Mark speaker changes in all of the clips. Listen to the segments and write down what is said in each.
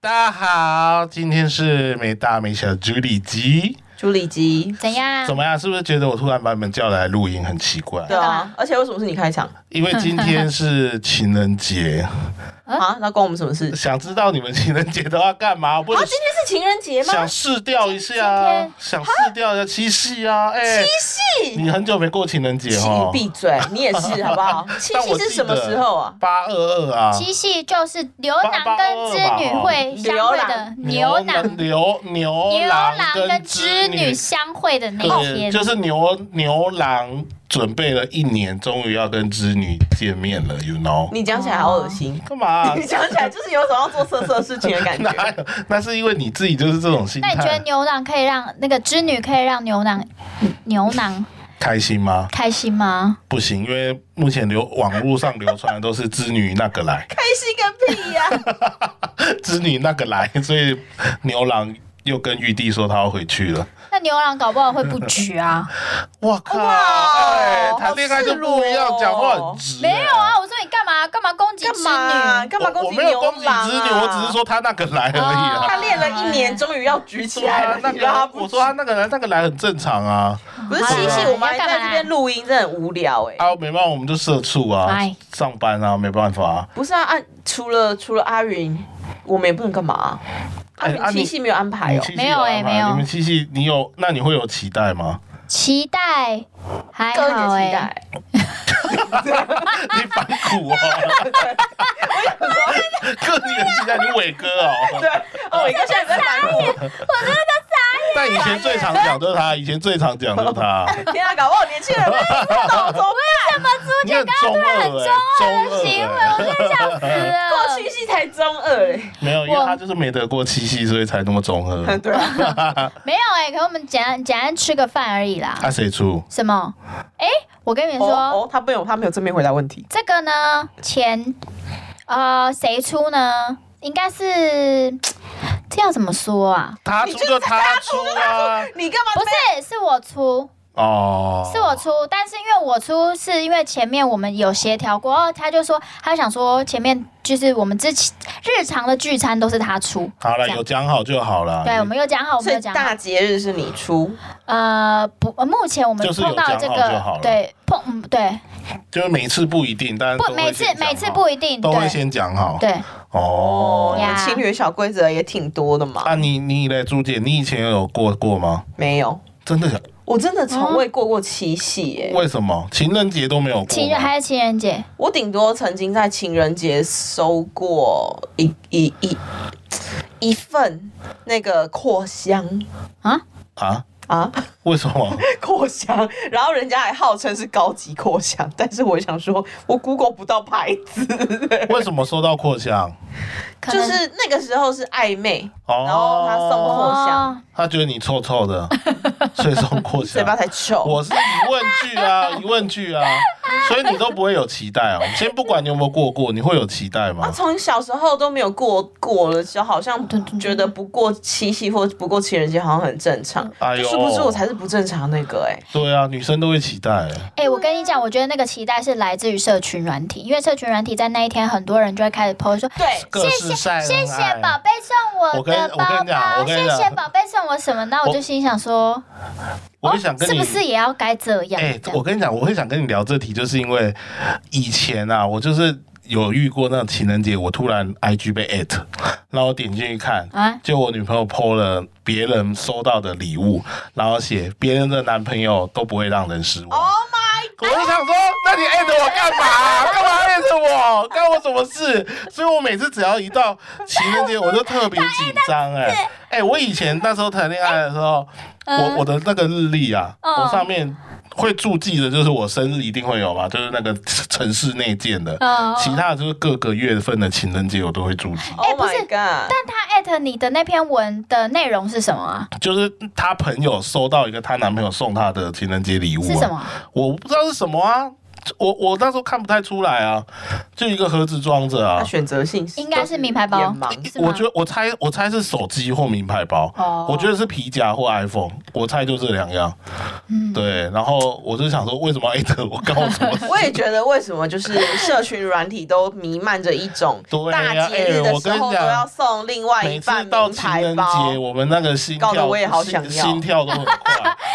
Speaker 1: 大家好，今天是没大没小的朱里吉，
Speaker 2: 朱里基。
Speaker 3: 怎样？
Speaker 1: 怎么样？是不是觉得我突然把你们叫来录音很奇 怪？
Speaker 2: 对
Speaker 3: 干
Speaker 2: 啊
Speaker 3: 嘛，
Speaker 2: 而且为什么是你开场
Speaker 1: 因为今天是情人节，
Speaker 2: 啊？那关我们什么事？
Speaker 1: 想知道你们情人节都要干嘛？不是
Speaker 2: 啊天是情人节
Speaker 1: 想试调一下啊
Speaker 3: 今，
Speaker 1: 想试调一下七夕啊？哎，七夕，你很久没过情人节哦
Speaker 2: 请。闭嘴，你也是好不 好？七
Speaker 1: 但我记
Speaker 2: 夕
Speaker 1: 得
Speaker 2: 是什么时候啊？
Speaker 1: 八二二啊，
Speaker 3: 七夕就是牛郎跟织女会相会的牛郎，
Speaker 1: 牛牛
Speaker 3: 牛
Speaker 1: 郎
Speaker 3: 郎
Speaker 1: 跟
Speaker 3: 跟
Speaker 1: 织
Speaker 3: 织
Speaker 1: 女
Speaker 3: 女相会的那一
Speaker 1: 对，
Speaker 3: 天，
Speaker 1: 就是牛牛郎准备了一年，终于要跟织女见面了，you know？
Speaker 2: 你讲起来好恶心，
Speaker 1: 干 嘛
Speaker 2: 你？讲起来就是有种要做色色事情的感
Speaker 1: 哪
Speaker 2: 觉。
Speaker 1: 有？哦 那是因为你自己就是这种心
Speaker 3: 那你觉得
Speaker 1: 态，
Speaker 3: 牛郎可以让那个织女可以让牛郎牛郎
Speaker 1: 开心吗？
Speaker 3: 开心吗？
Speaker 1: 不行，因为目前流网络上流传的都是织女那个来，
Speaker 2: 开心个屁呀！
Speaker 1: 织女那个来，所以牛郎又跟玉帝说他要回去了。
Speaker 3: 那牛郎搞不好会不 娶啊？
Speaker 1: 哇靠！
Speaker 2: 哇
Speaker 1: 哎，谈恋爱就不一样
Speaker 2: 好，赤裸哦
Speaker 1: 讲话很直。哎
Speaker 3: 没有啊，我说你干嘛干嘛攻击织
Speaker 2: 干嘛？
Speaker 3: 女？
Speaker 2: 干嘛
Speaker 1: 我
Speaker 2: 攻
Speaker 1: 我
Speaker 2: 击
Speaker 1: 没有
Speaker 2: 牛
Speaker 1: 攻击
Speaker 2: 郎
Speaker 1: 织女，我只是
Speaker 2: 啊？哦
Speaker 1: 说他那个来而已啊。
Speaker 2: 他练了一年，终于要举起来 了。
Speaker 1: 那
Speaker 2: 你让他
Speaker 1: 个
Speaker 2: 不
Speaker 1: 我说他啊那个来那个来很正常啊，
Speaker 2: 不是七夕，
Speaker 3: 好啦
Speaker 2: 我们还
Speaker 3: 要干嘛
Speaker 2: 在这边录音，真的很无聊哎。
Speaker 1: 啊没办法我们就社畜啊
Speaker 3: 哎，
Speaker 1: 上班啊没办法啊。
Speaker 2: 不是啊，啊除了除了阿云，我们也不能干嘛啊。阿
Speaker 1: 哎啊
Speaker 2: 云
Speaker 1: 你
Speaker 2: 七夕没有安排
Speaker 1: 你。
Speaker 2: 哦
Speaker 1: 七夕
Speaker 3: 没有欸
Speaker 1: 安排
Speaker 3: 没有
Speaker 1: 你们七夕你有那你会有期待吗？
Speaker 3: 期待还
Speaker 2: 个人
Speaker 3: 好
Speaker 2: 期
Speaker 3: 哎，
Speaker 2: 待，
Speaker 1: 你反骨哦，个你的期待你伟哥哦，
Speaker 2: 对，哦，伟哥现在也在反骨，
Speaker 1: 但以前最常讲就是他，以前最常讲就是他，
Speaker 2: 天啊，搞不好年轻人不知道怎么办，
Speaker 1: 你很中二哎，中二
Speaker 3: 行为
Speaker 1: 欸
Speaker 3: 我真的想死
Speaker 2: 过
Speaker 3: 了。
Speaker 2: 七夕才中二哎，
Speaker 1: 没有，因为
Speaker 3: 我
Speaker 1: 他就是没得过七夕，所以才那么中二。
Speaker 2: 对啊，
Speaker 3: 没有哎，可能我们简单简单吃个饭而已啦。
Speaker 1: 他谁出？
Speaker 3: 什么？哎，我跟你们
Speaker 2: 哦
Speaker 3: 说，
Speaker 2: 哦，他没有他没有正面回答问题，
Speaker 3: 这个呢，钱，呃，谁出呢？应该是这样怎么说啊？
Speaker 1: 他出就他出啊！
Speaker 2: 你干嘛
Speaker 3: 不
Speaker 2: 被？
Speaker 3: 是，是我出，
Speaker 1: 哦，
Speaker 3: 是我出，但是因为我出，是因为前面我们有协调过，哦，他就说他想说前面就是我们之前日常的聚餐都是他出，
Speaker 1: 好了，
Speaker 3: 这样
Speaker 1: 有讲好就好了。
Speaker 3: 对，我们有讲好，我
Speaker 2: 所
Speaker 3: 们有
Speaker 2: 以
Speaker 3: 讲啊好
Speaker 2: 大，节日是你出，
Speaker 3: 呃，不，呃目前我们
Speaker 1: 就是有
Speaker 3: 碰到
Speaker 1: 讲好
Speaker 3: 这
Speaker 1: 就
Speaker 3: 个
Speaker 1: 好了，
Speaker 3: 对，碰，嗯，对，
Speaker 1: 就是每次不一定，但是
Speaker 3: 不，
Speaker 1: 都会
Speaker 3: 每次
Speaker 1: 先讲好
Speaker 3: 每次不一定，
Speaker 1: 都会
Speaker 3: 对，
Speaker 1: 先讲好。
Speaker 3: 对，
Speaker 1: 哦，
Speaker 2: 你们
Speaker 3: 呀
Speaker 2: 情侣的小规则也挺多的嘛，
Speaker 1: 啊，你你嘞，朱姐，你以前有过过吗？
Speaker 2: 没有。
Speaker 1: 真的假
Speaker 3: 呃
Speaker 1: 的？
Speaker 2: 我真的从
Speaker 3: 嗯
Speaker 2: 未过过七夕耶、
Speaker 1: 为什么情人节都没有过吗？
Speaker 3: 情人还是情人节，
Speaker 2: 我顶多曾经在情人节收过一一一一份那个扩香
Speaker 1: 啊？
Speaker 2: 啊，
Speaker 1: 为什 么？
Speaker 2: 扩香，然后人家还号称是高级扩香，但是我想说，我 Google 不到牌子，
Speaker 1: 为什么收到扩香？
Speaker 3: 可
Speaker 2: 就
Speaker 3: 能
Speaker 2: 是那个时候是暧昧，
Speaker 1: 哦，
Speaker 2: 然后他送扩香，
Speaker 3: 哦，
Speaker 1: 他觉得你臭臭的，所以送扩
Speaker 2: 嘴
Speaker 1: 香。
Speaker 2: 巴才臭。
Speaker 1: 我是疑问句啊， 疑问句啊，所以你都不会有期待哦。先不管你有没有过过，你会有期待
Speaker 2: 啊，
Speaker 3: 哦
Speaker 1: 吗？
Speaker 2: 从小时候都没有过过了，就好像
Speaker 3: 对对对
Speaker 2: 觉得不过七夕或不过情人节好像很正常，
Speaker 1: 哎呦
Speaker 2: 就殊不知我才是不正常那个哎、
Speaker 1: 对啊，女生都会期待。
Speaker 3: 哎、我跟你讲，我觉得那个期待是来自于社群软体，因为社群软体在那一天，很多人就会开始 PO 说。
Speaker 2: 对，
Speaker 1: 各式晒恩爱
Speaker 3: 谢谢宝贝送
Speaker 1: 我
Speaker 3: 我
Speaker 1: 跟
Speaker 3: 的
Speaker 1: 我
Speaker 3: 包
Speaker 1: 跟你讲我
Speaker 3: 包，
Speaker 1: 跟你
Speaker 3: 谢
Speaker 1: 讲
Speaker 3: 谢宝贝送我什么？那我就心想说，哦
Speaker 1: 我就想跟
Speaker 3: 是
Speaker 1: 你
Speaker 3: 不是也要该这样？
Speaker 1: 哎、
Speaker 3: 这样
Speaker 1: 我跟你讲，我会想跟你聊这题，就是因为以前啊，我就是有遇过那种情人节，我突然 IG 被 at，然后我点进去看，
Speaker 3: 啊，
Speaker 1: 就我女朋友 PO 了别人收到的礼物，然后写别人的男朋友都不会让人失望。
Speaker 2: Oh my！
Speaker 1: 我就想说，那你艾特我干嘛、干嘛艾特我？干我什么事？所以我每次只要一到情人节，我就特别紧张哎。哎、我以前那时候谈恋爱的时候，我
Speaker 3: 嗯
Speaker 1: 我的那个日历啊，
Speaker 3: 嗯
Speaker 1: 我上面会注记的就是我生日一定会有嘛，就是那个城市内建的。
Speaker 3: 嗯
Speaker 1: 其他的就是各个月份的情人节我都会注记，
Speaker 2: Oh
Speaker 3: 哎不是
Speaker 2: my god！
Speaker 3: 但他艾特你的那篇文的内容是什么啊？
Speaker 1: 就是她朋友收到一个她男朋友送她的情人节礼物、啊，
Speaker 3: 是什么？
Speaker 1: 我不知道是什么啊，我我那时候看不太出来啊，就一个盒子装着
Speaker 2: 他
Speaker 1: 啊。
Speaker 2: 选择性
Speaker 3: 应该是名牌包
Speaker 2: 眼盲
Speaker 3: 是吗
Speaker 1: 我觉得我猜我猜是手机或名牌包，
Speaker 3: 哦
Speaker 1: 我觉得是皮夹或 iPhone，我猜就这两样。
Speaker 3: 嗯
Speaker 1: 对，然后我就想说，为什么要一直 我告诉我
Speaker 2: 我也觉得，为什么就是社群软体都弥漫着一种
Speaker 1: 对呀
Speaker 2: 大节日的时
Speaker 1: 哎我跟
Speaker 2: 候
Speaker 1: 你
Speaker 2: 都
Speaker 1: 讲
Speaker 2: 要送另外
Speaker 1: 每
Speaker 2: 一
Speaker 1: 次
Speaker 2: 半
Speaker 1: 到
Speaker 2: 名
Speaker 1: 情
Speaker 2: 牌
Speaker 1: 人
Speaker 2: 包
Speaker 1: 节，。我们那个心
Speaker 2: 搞得
Speaker 1: 跳
Speaker 2: 我也好想
Speaker 1: 心
Speaker 2: 要
Speaker 1: 心跳都很 快。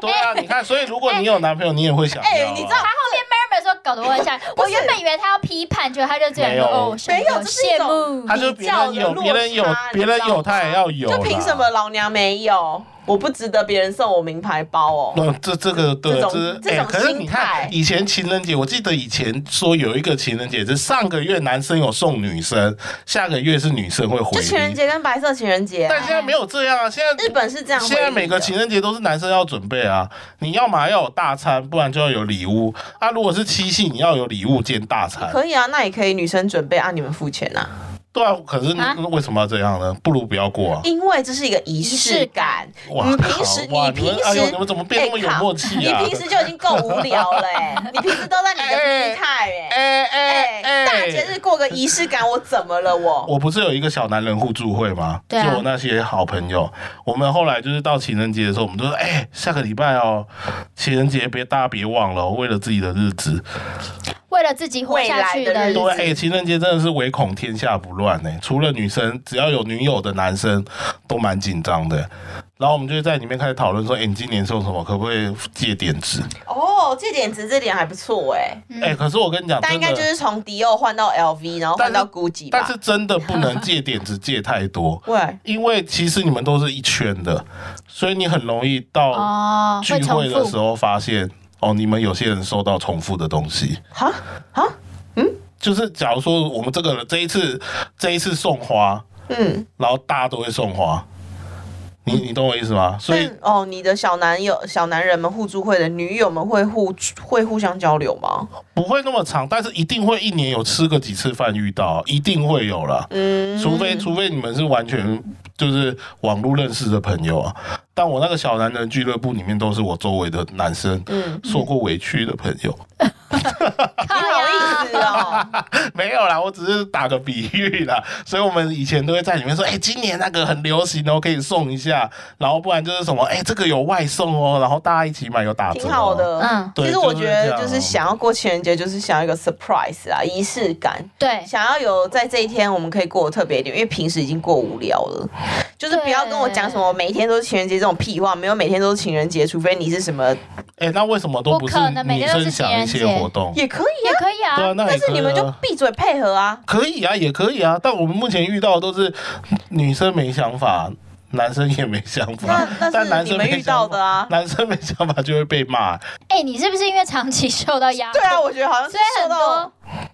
Speaker 1: 对啊，你看，所以如果你有男朋友，你也会想要啊。
Speaker 2: 哎你知道
Speaker 3: 他后面 Mary 说搞得我很像，我原本以为他要批判，就他就这样
Speaker 1: 没有
Speaker 3: 说哦，
Speaker 2: 没有这是一
Speaker 3: 羡
Speaker 2: 种
Speaker 3: 慕
Speaker 1: 他就别人有，别人有，别人有，他也要有啦。
Speaker 2: 就凭什么老娘没有？我不值得别人送我名牌包哦。
Speaker 1: 那这这个对，
Speaker 2: 这种
Speaker 1: 是
Speaker 2: 这种
Speaker 1: 哎可是你
Speaker 2: 心
Speaker 1: 看
Speaker 2: 态，
Speaker 1: 以前情人节，我记得以前说有一个情人节是上个月男生有送女生，下个月是女生会回
Speaker 2: 就情人
Speaker 1: 礼。
Speaker 2: 节跟白色情人节啊，
Speaker 1: 但现在没有这样啊，现在
Speaker 2: 日本是这样回礼
Speaker 1: 现在
Speaker 2: 的。
Speaker 1: 每个情人节都是男生要准备啊，你要嘛要有大餐，不然就要有礼物啊。如果是七夕，你要有礼物兼大餐。
Speaker 2: 可以啊，那也可以女生准备啊，你们付钱啊。
Speaker 1: 对啊，可是你
Speaker 3: 啊
Speaker 1: 为什么要这样呢？不如不要过啊。
Speaker 2: 因为这是一个仪式感。
Speaker 1: 哇
Speaker 2: 你
Speaker 1: 靠
Speaker 2: 平时
Speaker 1: 哇
Speaker 2: 你平
Speaker 1: 你们哎呦
Speaker 2: 时
Speaker 1: 你们怎么变那么有默契啊
Speaker 2: 哎靠你平时就已经够无聊了， 哎你平时都在你的
Speaker 1: 哎
Speaker 2: 病态哎。
Speaker 1: 哎哎
Speaker 2: 哎，大节日过个仪式感，我怎么了我？
Speaker 1: 我不是有一个小男人互助会吗？
Speaker 3: 对啊
Speaker 1: 就我那些好朋友，我们后来就是到情人节的时候，我们就说，哎、下个礼拜哦，情人节别大家别忘了哦、为了自己的日子。
Speaker 3: 为了自己活下去
Speaker 2: 未来的日子
Speaker 1: 对，哎、情人节真的是唯恐天下不乱呢、除了女生，只要有女友的男生都蛮紧张的。然后我们就在里面开始讨论说，哎、你今年送什么？可不可以借点子？
Speaker 2: 哦，这点子这点还不错哎，
Speaker 1: 哎、可是我跟你讲，
Speaker 2: 但
Speaker 1: 真
Speaker 2: 应该就
Speaker 1: 的，
Speaker 2: 是从迪奥换到 LV，然后换到
Speaker 1: 但是
Speaker 2: GUCCI
Speaker 1: 但
Speaker 2: 吧。
Speaker 1: 是。真的不能借点子借太多
Speaker 2: 喂，
Speaker 1: 因为其实你们都是一圈的，所以你很容易到
Speaker 3: 哦，
Speaker 1: 聚
Speaker 3: 会
Speaker 1: 会
Speaker 3: 重
Speaker 1: 的 时
Speaker 3: 复。
Speaker 1: 候发现，哦，你们有些人收到重复的东西。
Speaker 2: 哈哈，
Speaker 1: 就是假如说我们这个这一次这一次送花，
Speaker 2: 嗯，
Speaker 1: 然后大家都会送花，你
Speaker 3: 嗯
Speaker 1: 你懂我意思吗？所以
Speaker 2: 但哦，你的小男友、小男人们互助会的女友们会互会互相交流吗？
Speaker 1: 不会那么长，但是一定会一年有吃个几次饭遇到，一定会有啦。
Speaker 2: 嗯，
Speaker 1: 除非除非你们是完全就是网络认识的朋友啊，但我那个小男人俱乐部里面都是我周围的男生，
Speaker 2: 嗯
Speaker 1: 受过委屈的朋友。
Speaker 2: 你好意思哦。
Speaker 1: 没有啦，我只是打个比喻啦。 所以我们以前都会在里面说，哎、今年那个很流行哦，可以送一下。然后不然就是什么，哎、这个有外送哦，然后大家一起买有打折、哦，
Speaker 2: 挺好。的。
Speaker 3: 嗯
Speaker 1: 对
Speaker 2: 其实我觉得
Speaker 1: 就
Speaker 2: 就是
Speaker 1: 这样啊
Speaker 2: 是想要过情人节，就是想要一个 surprise 啊，仪式感。
Speaker 3: 对，
Speaker 2: 想要有在这一天我们可以过得特别一点，因为平时已经过无聊了，就是不要跟我讲什么每一天都是情人节这种屁话，没有每天都是情人节，除非你是什么
Speaker 1: 哎、那为什么都
Speaker 3: 不
Speaker 1: 是
Speaker 3: 可能每
Speaker 1: 女
Speaker 3: 天都
Speaker 1: 生
Speaker 3: 是情
Speaker 1: 想
Speaker 3: 人
Speaker 1: 一
Speaker 3: 节
Speaker 1: 些活动？
Speaker 2: 也可以
Speaker 3: 也
Speaker 2: 啊，
Speaker 3: 可以
Speaker 1: 对啊，
Speaker 3: 啊。
Speaker 1: 那也
Speaker 2: 但是
Speaker 1: 可以
Speaker 2: 你们就
Speaker 1: 啊
Speaker 2: 闭嘴配 合啊。
Speaker 1: 可以啊，也可以啊。但我们目前遇到的都是女生没想法，男生也没想法
Speaker 2: 那。那
Speaker 1: 但
Speaker 2: 是
Speaker 1: 男
Speaker 2: 你
Speaker 1: 生
Speaker 2: 们
Speaker 1: 没
Speaker 2: 遇到的啊
Speaker 1: 想法，男生没想法就会被骂。
Speaker 3: 哎，你是不是因为长期受到压迫？
Speaker 2: 对啊，我觉得好像是
Speaker 3: 所以
Speaker 2: 受
Speaker 3: 很
Speaker 2: 到
Speaker 3: 多。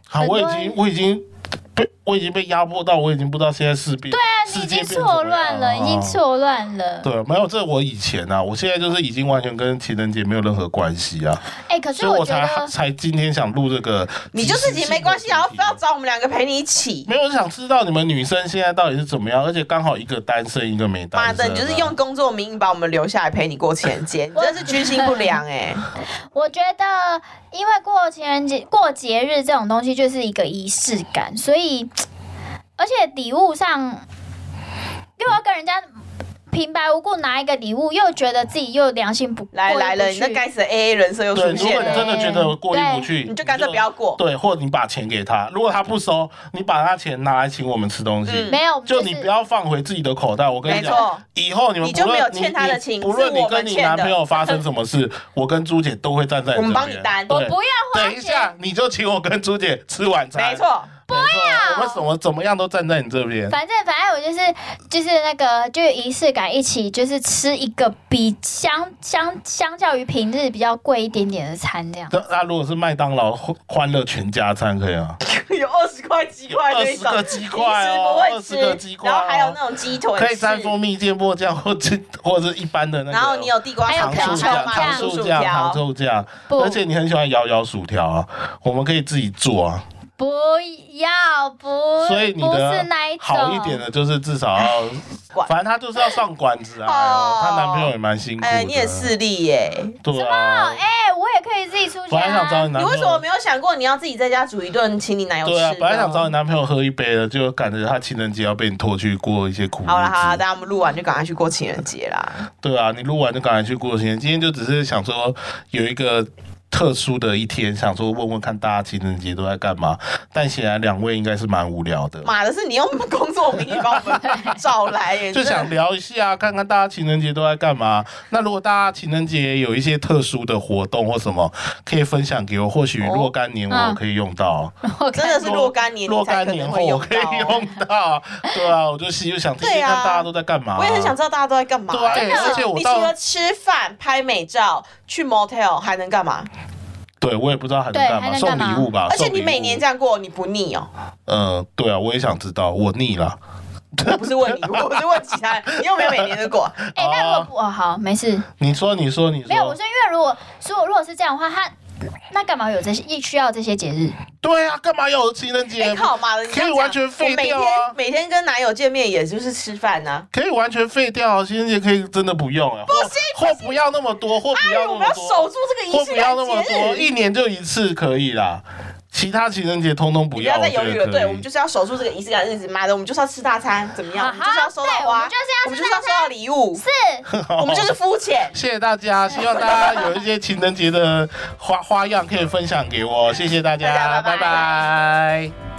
Speaker 1: 好，
Speaker 3: 很
Speaker 1: 我
Speaker 3: 多
Speaker 1: 已
Speaker 3: 人
Speaker 1: 经我已经被我已经被压迫到，我已经不知道现在是变对啊
Speaker 3: 你已经错乱了，已经。错乱了。
Speaker 1: 哦对，没有，这我以前啊，我现在就是已经完全跟情人节没有任何关系啊，
Speaker 3: 哎，可是
Speaker 1: 所以
Speaker 3: 我
Speaker 1: 我
Speaker 3: 觉
Speaker 1: 才
Speaker 3: 得，
Speaker 1: 才今天想录这个。
Speaker 2: 你就自己没关系，然后非要
Speaker 1: 找。
Speaker 2: 找我们两个陪你一起。
Speaker 1: 没有，我想知道你们女生现在到底是怎么样，而且刚好一个单身，一个没单身啊。
Speaker 2: 妈的，你就是用工作名义把我们留下来陪你过情人节，你真的 是居心不良哎、
Speaker 3: 我觉得，因为过情人节、过节日这种东西就是一个仪式感，所以，而且礼物上又要跟人家平白无故拿一个礼物，又觉得自己又良心不
Speaker 2: 来
Speaker 3: 过意
Speaker 2: 来了，
Speaker 3: 不
Speaker 2: 你
Speaker 3: 去
Speaker 2: 那该死的 AA 人设又
Speaker 1: 对，
Speaker 2: 出
Speaker 1: 如果
Speaker 2: 现
Speaker 1: 你真
Speaker 2: 了，
Speaker 1: 的觉得过意不去，
Speaker 2: 你就干脆不要过
Speaker 1: 对，或者你把钱给他，如果他不收，你把他钱拿来请我们吃东西。
Speaker 2: 嗯
Speaker 3: 没有，
Speaker 1: 就是你不要放回自己的口袋，我跟你
Speaker 2: 没
Speaker 1: 讲，
Speaker 2: 错，
Speaker 1: 以后你们
Speaker 2: 你
Speaker 1: 不
Speaker 2: 就
Speaker 1: 论
Speaker 2: 没有欠他的情
Speaker 1: 你不论
Speaker 2: 是
Speaker 1: 你
Speaker 2: 我们
Speaker 1: 跟你
Speaker 2: 欠的
Speaker 1: 男朋友发生什么事，我跟朱姐都会站在你
Speaker 2: 我们
Speaker 1: 这
Speaker 2: 帮你
Speaker 1: 边。
Speaker 2: 担
Speaker 3: 我
Speaker 1: 对
Speaker 3: 不要花
Speaker 1: 等一
Speaker 3: 钱。
Speaker 1: 下，你就请我跟朱姐吃晚餐。
Speaker 2: 没，错，
Speaker 1: 不要，我们怎么怎么样都站在你这边。
Speaker 3: 反正反正我就是就是那个就仪式感，一起就是吃一个比相相相较于平日比较贵一点点的餐这样。
Speaker 1: 那那如果是麦当劳欢欢乐全家餐可以啊，
Speaker 2: 有二十块鸡块
Speaker 1: 二
Speaker 2: 那一
Speaker 1: 十
Speaker 2: 种，
Speaker 1: 个鸡块哦，二
Speaker 2: 平时
Speaker 1: 十
Speaker 2: 不会
Speaker 1: 个
Speaker 2: 吃，
Speaker 1: 鸡块哦，
Speaker 2: 然后还有那种鸡腿
Speaker 1: 可以
Speaker 2: 翅
Speaker 1: 沾蜂蜜芥末酱或者或者一般的那个。
Speaker 2: 然后你有地瓜
Speaker 3: 还有
Speaker 2: 糖
Speaker 1: 糖
Speaker 2: 条，
Speaker 1: 醋
Speaker 2: 还
Speaker 1: 酱、
Speaker 2: 有麻
Speaker 1: 糖
Speaker 2: 薯
Speaker 1: 醋
Speaker 2: 薯
Speaker 1: 酱、糖
Speaker 2: 条，
Speaker 1: 醋酱，
Speaker 3: 不
Speaker 1: 而且你很喜欢摇摇薯条啊，我们可以自己做啊。
Speaker 3: 不要不，
Speaker 1: 所以你
Speaker 3: 不是
Speaker 1: 的
Speaker 3: 那一种
Speaker 1: 好一点的就是至少要
Speaker 2: 管，
Speaker 1: 反正她就是要上馆子啊。哎呦
Speaker 2: 哦
Speaker 1: 她男朋友也蛮辛苦的。
Speaker 2: 哎、你也势利耶、
Speaker 1: 对啊。
Speaker 3: 哎、我也可以自己出去
Speaker 1: 本来想找
Speaker 3: 啊。
Speaker 1: 你
Speaker 2: 你
Speaker 1: 男朋
Speaker 2: 为什么
Speaker 1: 友
Speaker 2: 没，有想过你要自己在家煮一顿，请你男友吃？
Speaker 1: 对啊，本来想找你
Speaker 2: 你。
Speaker 1: 男朋友喝一杯的，就感觉他情人节要被你拖去过一些苦日
Speaker 2: 好啦好啦，
Speaker 1: 子。
Speaker 2: 等下我们录完就赶快去过情人节啦。
Speaker 1: 对啊，你录完就赶快去过情人节。今天就只是想说有一个特殊的一天，想说问问看大家情人节都在干嘛。但显然两位应该是蛮无聊的，
Speaker 2: 妈的，是你用工作名义把我 们找来耶，
Speaker 1: 就想聊一下，看看大家情人节都在干嘛。那如果大家情人节有一些特殊的活动或什么，可以分享给我，或许
Speaker 2: 哦
Speaker 1: 若干年我
Speaker 3: 嗯
Speaker 1: 可以用到，
Speaker 2: 真的是若干年
Speaker 1: 若
Speaker 2: 你才
Speaker 1: 干
Speaker 2: 可
Speaker 1: 年
Speaker 2: 能
Speaker 1: 后
Speaker 2: 会
Speaker 1: 我
Speaker 2: 用
Speaker 1: 可以
Speaker 2: 到哦。
Speaker 1: 用到。对啊，我就希就想听听
Speaker 2: 对啊
Speaker 1: 看大家都在干嘛。
Speaker 2: 我也很想知道大家都在干嘛。
Speaker 1: 对啊
Speaker 2: 真的
Speaker 3: 哎而
Speaker 1: 且我
Speaker 2: 你除
Speaker 1: 到
Speaker 2: 了吃饭、拍美照、去 motel 还能干嘛？
Speaker 1: 对我也不知道还能
Speaker 3: 对
Speaker 1: 干
Speaker 3: 还
Speaker 1: 嘛，
Speaker 3: 能
Speaker 1: 送
Speaker 3: 干嘛
Speaker 1: 礼物吧。
Speaker 2: 而且
Speaker 1: 送
Speaker 2: 你
Speaker 1: 礼
Speaker 2: 每
Speaker 1: 物
Speaker 2: 年这样过，你不腻哦？
Speaker 1: 呃，对啊，我也想知道，我腻了。
Speaker 2: 我不是问你，我是问其他人，你有没有每年都过？
Speaker 3: 哎、那如果不哦好，没事，
Speaker 1: 你说，你说，你说，
Speaker 3: 没有。我说，因为如果如果如果是这样的话，他那干嘛有这些一需要这些节日？
Speaker 1: 对啊，干嘛要有情人节？
Speaker 2: 哎靠妈的，你这样
Speaker 1: 可以完
Speaker 2: 讲
Speaker 1: 全废
Speaker 2: 我每
Speaker 1: 掉
Speaker 2: 天
Speaker 1: 啊
Speaker 2: 每天跟男友见面也就是吃饭啊呐。
Speaker 1: 可以完全废掉，啊情人节可以真的不用啊，不
Speaker 2: 行
Speaker 1: 或不要那么多，或不要
Speaker 2: 哎，
Speaker 1: 那
Speaker 2: 我
Speaker 1: 么
Speaker 2: 们要守
Speaker 1: 多，
Speaker 2: 住这个仪
Speaker 1: 或
Speaker 2: 式
Speaker 1: 不
Speaker 2: 感
Speaker 1: 要那么多，
Speaker 2: 节日。
Speaker 1: 一年就一次可以啦。其他情人节通通不
Speaker 2: 不
Speaker 1: 要，
Speaker 2: 要
Speaker 1: 我
Speaker 2: 再
Speaker 1: 觉
Speaker 2: 犹豫
Speaker 1: 得
Speaker 2: 了，
Speaker 1: 可
Speaker 2: 对我们
Speaker 1: 以。
Speaker 2: 就是要守住这个仪式感日子。妈的，我们就是要吃大餐，怎么样？我们就是要收到
Speaker 3: 啊对我
Speaker 2: 花
Speaker 3: 们，就是要
Speaker 2: 我们就是要收到礼物，
Speaker 3: 是，
Speaker 2: 我们就是肤浅。
Speaker 1: 谢谢大家，希望大家有一些情人节的花花样可以分享给我，谢谢大
Speaker 2: 大家
Speaker 1: 家，
Speaker 2: 拜拜
Speaker 1: 拜拜